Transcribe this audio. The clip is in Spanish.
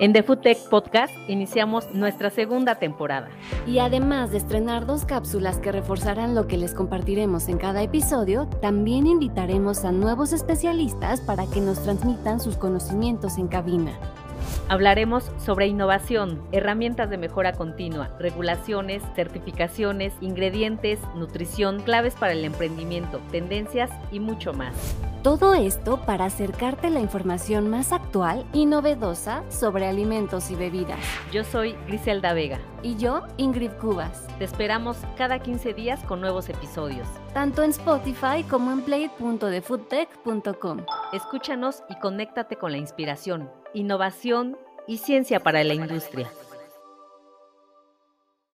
En The Food Tech Podcast iniciamos nuestra segunda temporada. Y además de estrenar dos cápsulas que reforzarán lo que les compartiremos en cada episodio, también invitaremos a nuevos especialistas para que nos transmitan sus conocimientos en cabina. Hablaremos sobre innovación, herramientas de mejora continua, regulaciones, certificaciones, ingredientes, nutrición, claves para el emprendimiento, tendencias y mucho más. Todo esto para acercarte la información más actual y novedosa sobre alimentos y bebidas. Yo soy Griselda Vega. Y yo, Ingrid Cubas. Te esperamos cada 15 días con nuevos episodios. Tanto en Spotify como en play.defoodtech.com. Escúchanos y conéctate con la inspiración, innovación y ciencia para la industria.